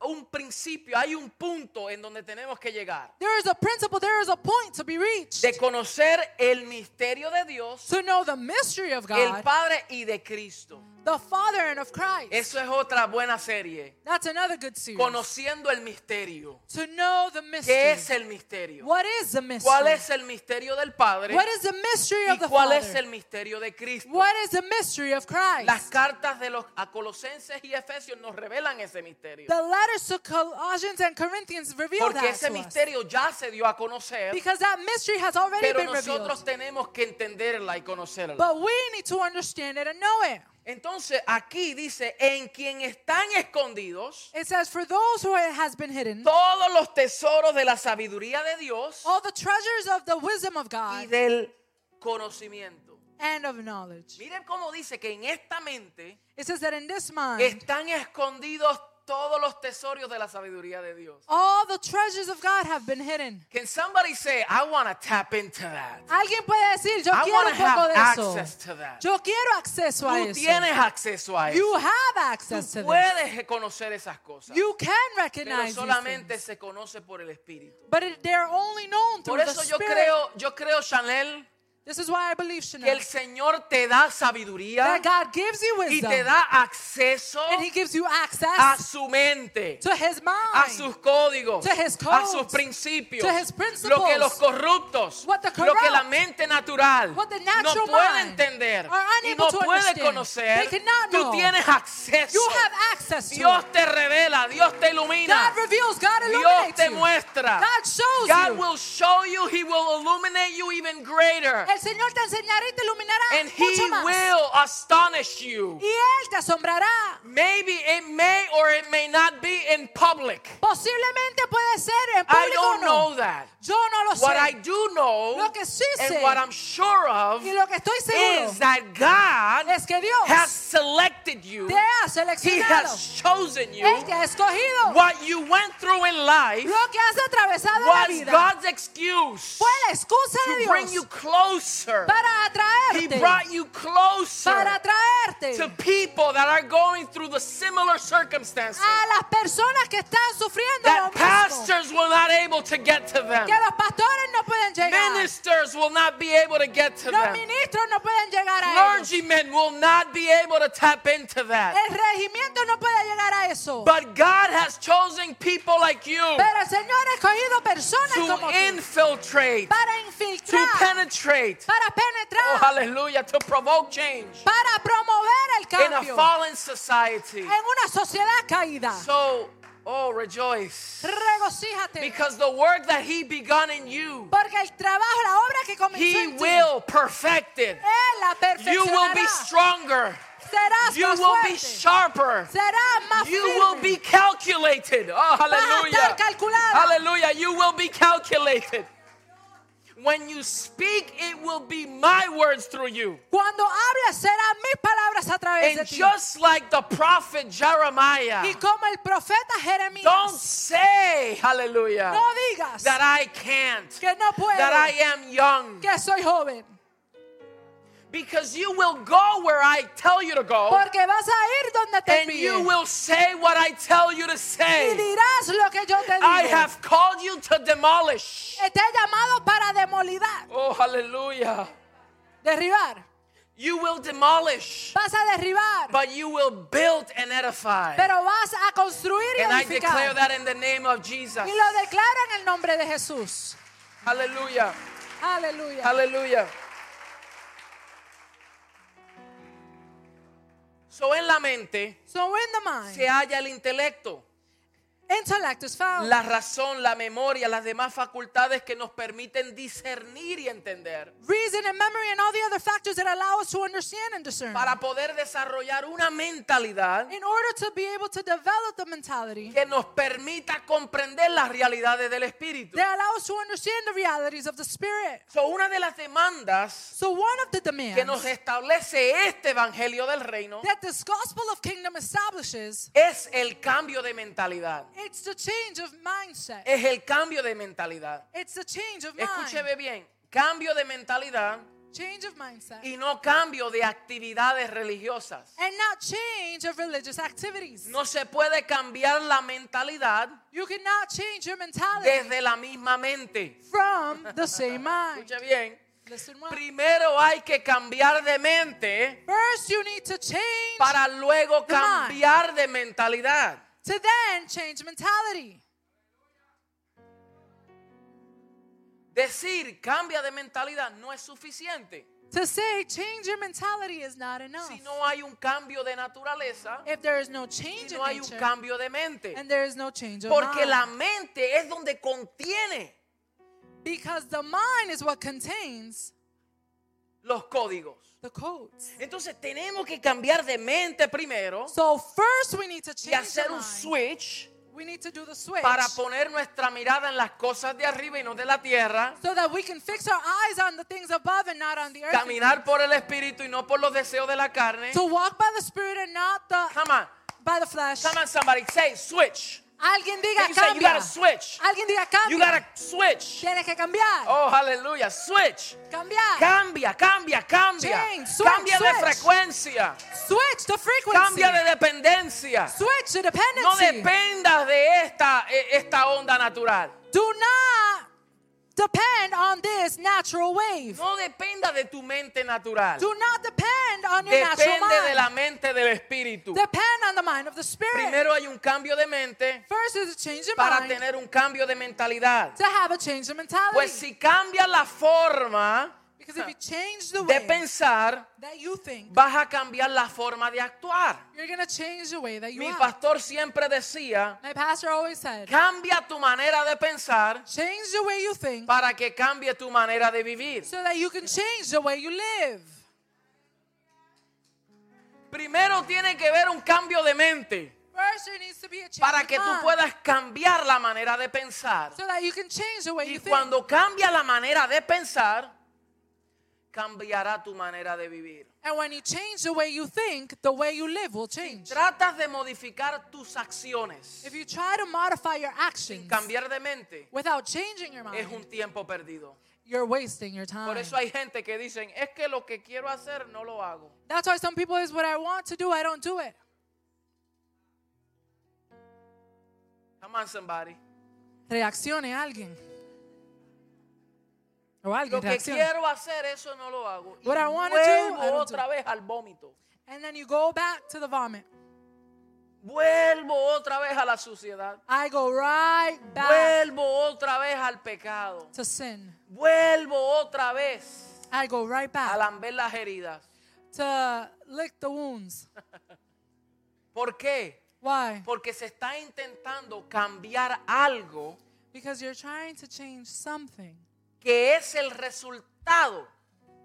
B: un principio, hay un punto en donde tenemos que llegar.
A: There is a principle, there is a point to be reached.
B: De conocer el misterio de Dios
A: To know the mystery of
B: el
A: God,
B: Padre y de Cristo.
A: the Father and of Christ.
B: Eso es otra buena serie.
A: That's another good series.
B: Conociendo el misterio.
A: to know the
B: ¿Qué
A: mystery.
B: es el misterio?
A: what is the mystery?
B: ¿Cuál es el misterio del Padre?
A: what is the mystery
B: ¿Y
A: of the
B: cuál
A: Father?
B: es el misterio de Cristo?
A: what is the mystery of Christ?
B: Las cartas de los a Colosenses y Efesios nos revelan ese misterio.
A: the letters to Colossians and Corinthians reveal
B: Porque
A: that to
B: ese
A: us.
B: misterio ya se dio a conocer,
A: because that mystery has already
B: pero
A: been revealed.
B: nosotros tenemos que entenderla y conocerla.
A: But we need to understand it and know it.
B: Entonces aquí dice, en quien están escondidos
A: It says, for those who it has been hidden,
B: todos los tesoros de la sabiduría de Dios
A: all the treasures of the wisdom of
B: y
A: God
B: del conocimiento.
A: and of knowledge.
B: Miren cómo dice que en esta mente
A: It says that in this mind,
B: están escondidos todos los tesoros de la sabiduría de Dios.
A: all the treasures of God have been hidden.
B: Can somebody say, I want to tap into that?
A: Alguien puede decir, yo
B: I
A: quiero
B: wanna
A: un poco
B: have
A: de
B: access to
A: eso.
B: that.
A: Yo quiero acceso a
B: Tú
A: eso.
B: tienes acceso a
A: You
B: eso.
A: have access to
B: Tú
A: this.
B: puedes reconocer esas cosas.
A: You can
B: Pero
A: recognize these
B: solamente
A: things.
B: se conoce por el Espíritu.
A: But it- they're only known
B: Por
A: through the
B: eso yo
A: Spirit.
B: creo, yo creo, Chanel,
A: this is why I believe,
B: que
A: Chanel,
B: el Señor te da sabiduría
A: that God gives you
B: y
A: wisdom
B: te da acceso
A: and He gives you
B: a
A: access
B: su mente.
A: to His
B: a
A: mind.
B: sus códigos,
A: To his
B: a
A: codes,
B: sus principios,
A: to his principles.
B: lo que los corruptos,
A: What the
B: lo que
A: corrupt,
B: la mente natural
A: what the
B: no
A: natural
B: puede
A: mind
B: entender
A: are
B: y
A: unable
B: no
A: to
B: puede
A: understand.
B: conocer,
A: They cannot
B: tú
A: know.
B: tienes acceso.
A: you have access to
B: Dios
A: it.
B: te revela, Dios te ilumina,
A: God reveals, God
B: Dios
A: illuminates
B: te
A: you.
B: muestra.
A: God shows
B: God
A: you.
B: will show you, He will illuminate you even greater,
A: El Señor te enseñará y te iluminará
B: and
A: mucho
B: He
A: más.
B: will astonish you.
A: Y Él te asombrará.
B: Maybe it may or it may not be in public.
A: Posiblemente puede ser en
B: I
A: público o
B: don't
A: no.
B: know that.
A: Yo no lo
B: What I
A: sé.
B: do know
A: Lo que sí sé
B: and what I'm sure of
A: y lo que estoy seguro
B: is that God
A: es que Dios
B: has selected you
A: te ha ha
B: He
A: seleccionado.
B: has chosen you.
A: Él te ha escogido.
B: What you went through in life
A: Lo que has atravesado en la
B: was
A: vida
B: God's excuse
A: fue la excusa de
B: to bring you
A: Dios
B: closer.
A: para
B: He
A: atraerte.
B: brought you closer
A: Para
B: to
A: atraerte
B: people that are going through the similar circumstances
A: a las personas que están sufriendo lo
B: that
A: mismo.
B: pastors were not able to get to them.
A: Que los pastores no pueden llegar.
B: Ministers will not be able to get to
A: Los
B: them.
A: ministros no pueden llegar a ellos.
B: Clergymen will not be able to tap into that.
A: El regimiento no puede llegar a eso.
B: But God has chosen people like you
A: Pero el Señor ha escogido personas como
B: to
A: tú
B: infiltrate,
A: para
B: to
A: infiltrar,
B: penetrate,
A: para
B: oh,
A: penetrar,
B: hallelujah, to provoke change
A: para promover el
B: in a
A: cambio
B: fallen society.
A: en una sociedad caída.
B: So, oh, rejoice.
A: Regocíjate.
B: Because the work that He begun in you,
A: Porque el trabajo, la obra que comenzó
B: He
A: en ti,
B: will perfect it.
A: Él la
B: You will be
A: perfeccionará.
B: stronger.
A: Serás
B: You
A: más
B: will be
A: fuerte.
B: sharper.
A: Serás más
B: You will be
A: firme.
B: calculated. Oh,
A: Vas a estar
B: hallelujah.
A: calculado.
B: Hallelujah. You will be calculated. When you speak, it will be my words through you.
A: Cuando hables serán mis palabras a través de
B: And
A: ti.
B: just like the prophet Jeremiah,
A: Y como el profeta
B: don't
A: Jeremías,
B: say, hallelujah,
A: no digas
B: that I can't,
A: que no
B: that I
A: puedo,
B: am young,
A: que soy joven.
B: because you will go where I tell you to go,
A: Porque vas a ir donde te
B: and you
A: envíe.
B: will say what I tell you to
A: Y
B: say.
A: dirás lo que yo te digo.
B: I have called you to demolish.
A: Te he llamado para demolidar,
B: Oh, hallelujah.
A: derribar.
B: You will demolish.
A: Vas a derribar,
B: but you will build and edify.
A: pero vas a construir y
B: And I declare
A: edificar.
B: that in the name of Jesus.
A: Y lo declaro en el nombre de Jesús.
B: Hallelujah.
A: Aleluya.
B: Hallelujah. So en la mente
A: So in the mind,
B: se halla el intelecto,
A: intellect is found.
B: la razón, la memoria, las demás facultades que nos permiten discernir y entender
A: Reason and memory and all the other factors that allow us to understand and discern.
B: para poder desarrollar una mentalidad
A: In order to be able to develop the mentality
B: que nos permita comprender las realidades del espíritu.
A: that allow us to understand the realities of the spirit.
B: So una de las demandas
A: So one of the
B: que nos
A: demands
B: establece este evangelio del reino
A: that this gospel of kingdom establishes
B: es el cambio de mentalidad.
A: It's the change of mindset.
B: Es el cambio de mentalidad.
A: It's the change of mind.
B: Escúcheme bien, cambio de mentalidad
A: Change of mindset.
B: y no cambio de actividades religiosas.
A: And not change of religious activities.
B: No se puede cambiar la mentalidad
A: You cannot change your mentality
B: desde la misma mente.
A: from the same mind.
B: Escuche bien.
A: Listen well.
B: Primero hay que cambiar de mente
A: First, you need to change
B: para luego
A: The mind.
B: cambiar de mentalidad.
A: to then change mentality.
B: Decir cambia de mentalidad no es suficiente.
A: To say change your mentality is not enough.
B: si no hay un cambio de naturaleza,
A: If there is no
B: si
A: change in
B: no hay un
A: nature
B: cambio de mente.
A: and there is no change of
B: Porque la
A: mind,
B: mente es donde contiene
A: because the mind is what contains
B: los códigos.
A: the codes.
B: Entonces tenemos que cambiar de mente primero
A: So first, we need to
B: y
A: change
B: hacer
A: the
B: un
A: mind.
B: switch
A: We need to do the switch
B: para poner nuestra mirada en las cosas de arriba y no de la tierra.
A: so that we can fix our eyes on the things above and not on the earth.
B: Caminar por el espíritu y no por los deseos de la carne.
A: To walk by the Spirit and not the
B: Come on,
A: by the flesh.
B: come on somebody, say switch.
A: Alguien diga
B: Can you say you
A: cambia.
B: gotta switch?
A: Alguien diga
B: You
A: cambia.
B: gotta switch.
A: Tienes que cambiar.
B: Oh, hallelujah, switch.
A: Cambiar.
B: Cambia, cambia, cambia.
A: Change, switch,
B: cambia de
A: switch.
B: frecuencia.
A: Switch the frequency.
B: Cambia de dependencia.
A: Switch the
B: No
A: dependency.
B: dependas de esta, eh, esta onda natural.
A: do not depend on this natural wave.
B: No dependas de tu mente natural.
A: Do not depend on your natural
B: Depende
A: mind.
B: de la mente del espíritu.
A: Depend on the mind of the Spirit.
B: Primero hay un cambio de mente
A: First is to change your
B: para
A: mind
B: tener un cambio de mentalidad.
A: to have a change of mentality.
B: Pues si cambia la forma
A: Because if you change the
B: de
A: way
B: pensar,
A: that you think,
B: vas a cambiar la forma de actuar.
A: you're going to change the way that you
B: Mi
A: act.
B: pastor siempre decía,
A: My pastor always said,
B: cambia tu manera de pensar
A: change the way you think
B: para que cambie tu manera de vivir.
A: so that you can change the way you live.
B: Primero tiene que haber un cambio de mente
A: First, there needs to be a change
B: para
A: of
B: que tú
A: mind
B: puedas cambiar la manera de pensar.
A: so that you can change the way
B: Y
A: you think.
B: cuando cambia la manera de pensar, cambiará tu manera de vivir.
A: And when you change the way you think, the way you live will change.
B: Tratas de modificar tus acciones.
A: If you try to modify your
B: Sin
A: actions
B: cambiar de mente
A: without changing your
B: es
A: mind,
B: un tiempo perdido.
A: you're wasting your time.
B: Por eso hay gente que dicen, es que lo que quiero hacer no lo hago.
A: That's why some people is what I want to do, I don't do it.
B: Come on, somebody.
A: Reaccione alguien. O alguien
B: Lo que
A: reaccione.
B: quiero hacer, eso no lo hago. Y
A: What I wanna do, I
B: vuelvo
A: don't do.
B: otra vez al vómito.
A: And then you go back to the vomit.
B: Vuelvo otra vez a la suciedad.
A: I go right back
B: Vuelvo otra vez al pecado.
A: to sin.
B: Vuelvo otra vez
A: I go right
B: a
A: back
B: lamber las heridas.
A: to lick the wounds.
B: ¿Por qué?
A: Why?
B: Porque se está intentando cambiar algo
A: Because you're trying to change something
B: que es el resultado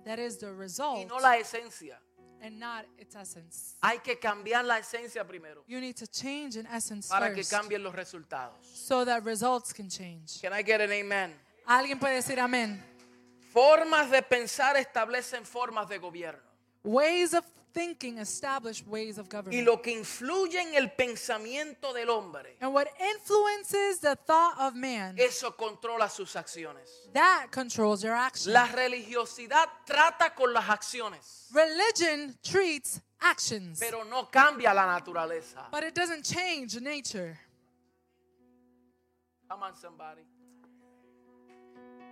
A: that is the
B: y
A: result
B: no la esencia.
A: and not its essence.
B: Hay que cambiar la esencia primero
A: You need to change in essence
B: para que
A: first
B: cambien los resultados.
A: so that results can change.
B: Can I get an amen?
A: Alguien puede decir amén.
B: Formas de pensar establecen formas de gobierno.
A: Ways of thinking establish ways of
B: Y
A: government.
B: lo que influye en el pensamiento del hombre,
A: and what influences the thought of man,
B: eso controla sus acciones.
A: that controls your action.
B: La religiosidad trata con las acciones,
A: Religion treats actions,
B: pero no cambia la naturaleza.
A: but it doesn't change nature.
B: Come on, somebody.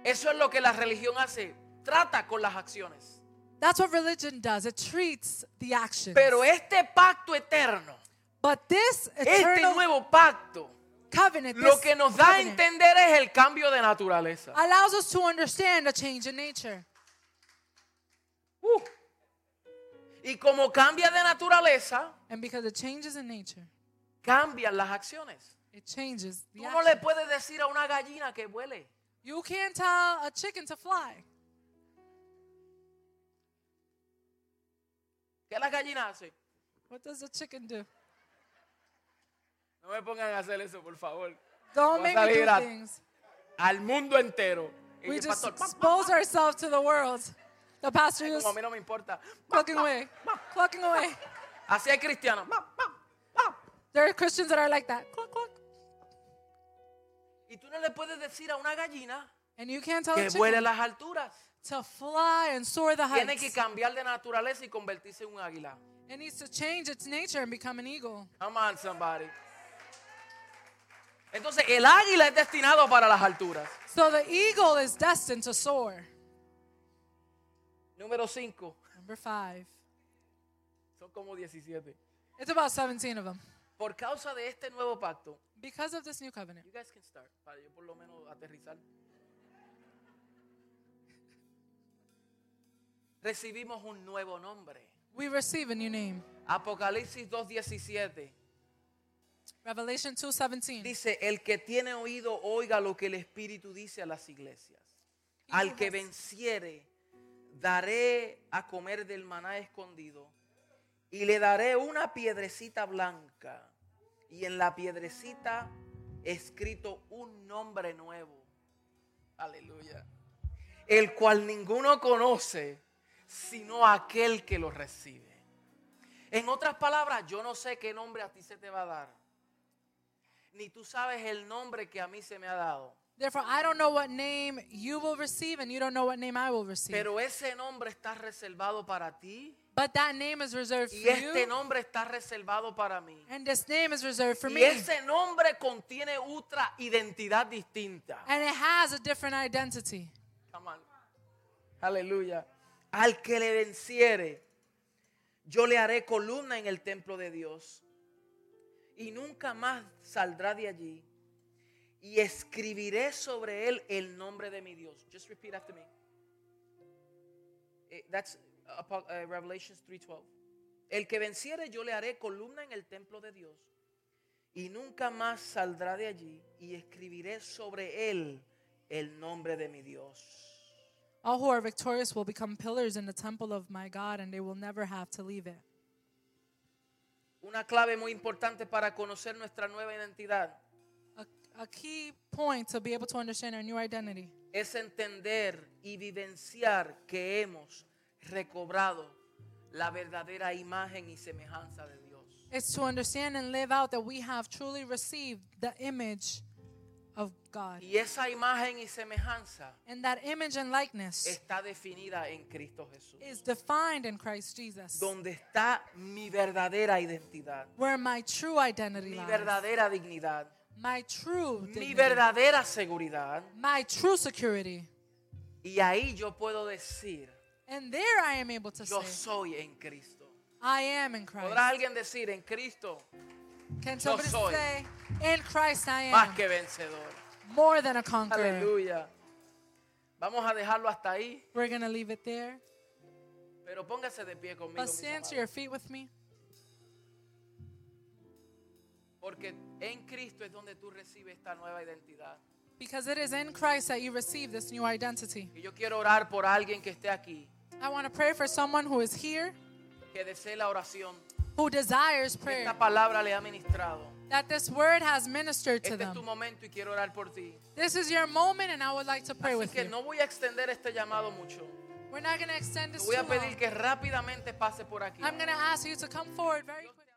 B: Eso es lo que la religión hace, trata con las acciones.
A: That's what religion does. It treats the actions.
B: Pero este pacto eterno,
A: but this
B: este
A: eternal
B: nuevo pacto,
A: covenant,
B: lo
A: this
B: que nos da a
A: covenant
B: entender es el cambio de naturaleza.
A: allows us to understand a change in nature.
B: Uh. Y como cambia de naturaleza,
A: And because it changes in nature,
B: cambian las acciones.
A: it changes the
B: Tú no le
A: action.
B: puedes decir a una gallina que vuele.
A: You can't tell a chicken to fly.
B: ¿Qué la gallina hace?
A: What does a chicken do?
B: No me pongan a hacer eso, por favor.
A: Don't
B: Vas
A: make
B: a
A: me do
B: vibrar.
A: things.
B: Al mundo entero. Y
A: We
B: el
A: just
B: pastor, "Pa, pa,
A: expose ourselves to the world. The pastor
B: pa",
A: is
B: como a mí no me importa. Pa,
A: clucking
B: pa,
A: away,
B: pa.
A: clucking away.
B: Así hay cristianos. Pa, pa, pa.
A: There are Christians that are like that. Cluck, cluck.
B: Y tú no le puedes decir a una gallina
A: And you can't tell a
B: que vuele a
A: chicken
B: las alturas.
A: to fly and soar the
B: Tiene que
A: heights.
B: cambiar de naturaleza y convertirse en un águila.
A: It needs to change its nature and become an eagle.
B: Come on, somebody. Entonces, el águila es destinado para las alturas.
A: So the eagle is destined to soar.
B: Número 5.
A: Number five.
B: Son como 17.
A: It's about 17 of them.
B: Por causa de este nuevo pacto,
A: Because of this new covenant.
B: You guys can start, para yo por lo menos aterrizar. Recibimos un nuevo nombre.
A: We receive a new name.
B: Apocalipsis 2.17
A: Revelation 2:17.
B: dice, el que tiene oído oiga lo que el Espíritu dice a las iglesias. Al que venciere, daré a comer del maná escondido y le daré una piedrecita blanca y en la piedrecita escrito un nombre nuevo. Aleluya. El cual ninguno conoce sino aquel que lo recibe. En otras palabras, yo no sé qué nombre a ti se te va a dar. Ni tú sabes el nombre que a mí se me ha dado.
A: Therefore, I don't know what name you will receive, and you don't know what name I will receive.
B: Pero ese nombre está reservado para ti.
A: But that name is reserved for
B: Y este
A: you,
B: nombre está reservado para mí.
A: and this name is reserved for
B: Y
A: me. And
B: ese nombre contiene otra identidad distinta.
A: it has a different identity.
B: Come on. Aleluya. Al que le venciere, yo le haré columna en el templo de Dios. Y nunca más saldrá de allí. Y escribiré sobre él el nombre de mi Dios. Just repeat after me. Eh, That's Apo- eh, Revelations 3:12. El que venciere, yo le haré columna en el templo de Dios. Y nunca más saldrá de allí. Y escribiré sobre él el nombre de mi Dios.
A: All who are victorious will become pillars in the temple of my God, and they will never have to leave it.
B: Una clave muy importante para conocer nuestra nueva identidad
A: A, a key point to be able to understand our new identity
B: es entender y vivenciar que hemos recobrado la verdadera imagen y semejanza de Dios.
A: It's to understand and live out that we have truly received the image of God.
B: Y esa imagen y semejanza
A: And that image and likeness
B: está definida en Cristo Jesús,
A: is defined in Christ Jesus,
B: donde está mi verdadera identidad,
A: where my true identity
B: mi
A: lies,
B: verdadera dignidad,
A: my true
B: mi
A: dignity,
B: verdadera seguridad.
A: my true security.
B: Y ahí yo puedo decir,
A: And there I am able to
B: yo
A: say,
B: soy en Cristo.
A: I am in
B: ¿Podrá
A: Christ.
B: alguien decir en Cristo
A: Can somebody
B: soy.
A: say, in Christ I
B: más
A: am
B: que vencedor?
A: more than a conqueror?
B: Aleluya. Vamos a dejarlo hasta ahí,
A: We're going to leave it there.
B: pero póngase de pie conmigo.
A: But
B: mis
A: stand to
B: amados.
A: your feet with me.
B: Porque en Cristo es donde tú recibes esta nueva identidad.
A: Because it is in Christ that you receive this new identity.
B: Y yo quiero orar por alguien que esté aquí,
A: I want to pray for someone who is here,
B: que desee la oración.
A: who desires
B: que
A: prayer,
B: Esta palabra le ha ministrado.
A: that this word has ministered to
B: Este es tu
A: them.
B: momento y quiero orar por ti.
A: This is your moment, and I would like to pray
B: Así
A: with
B: que
A: you.
B: no voy a extender este llamado mucho.
A: We're not going to extend
B: Te
A: this
B: voy
A: too
B: a
A: long.
B: pedir que rápidamente pase por aquí.
A: I'm going to ask you to come forward very quickly.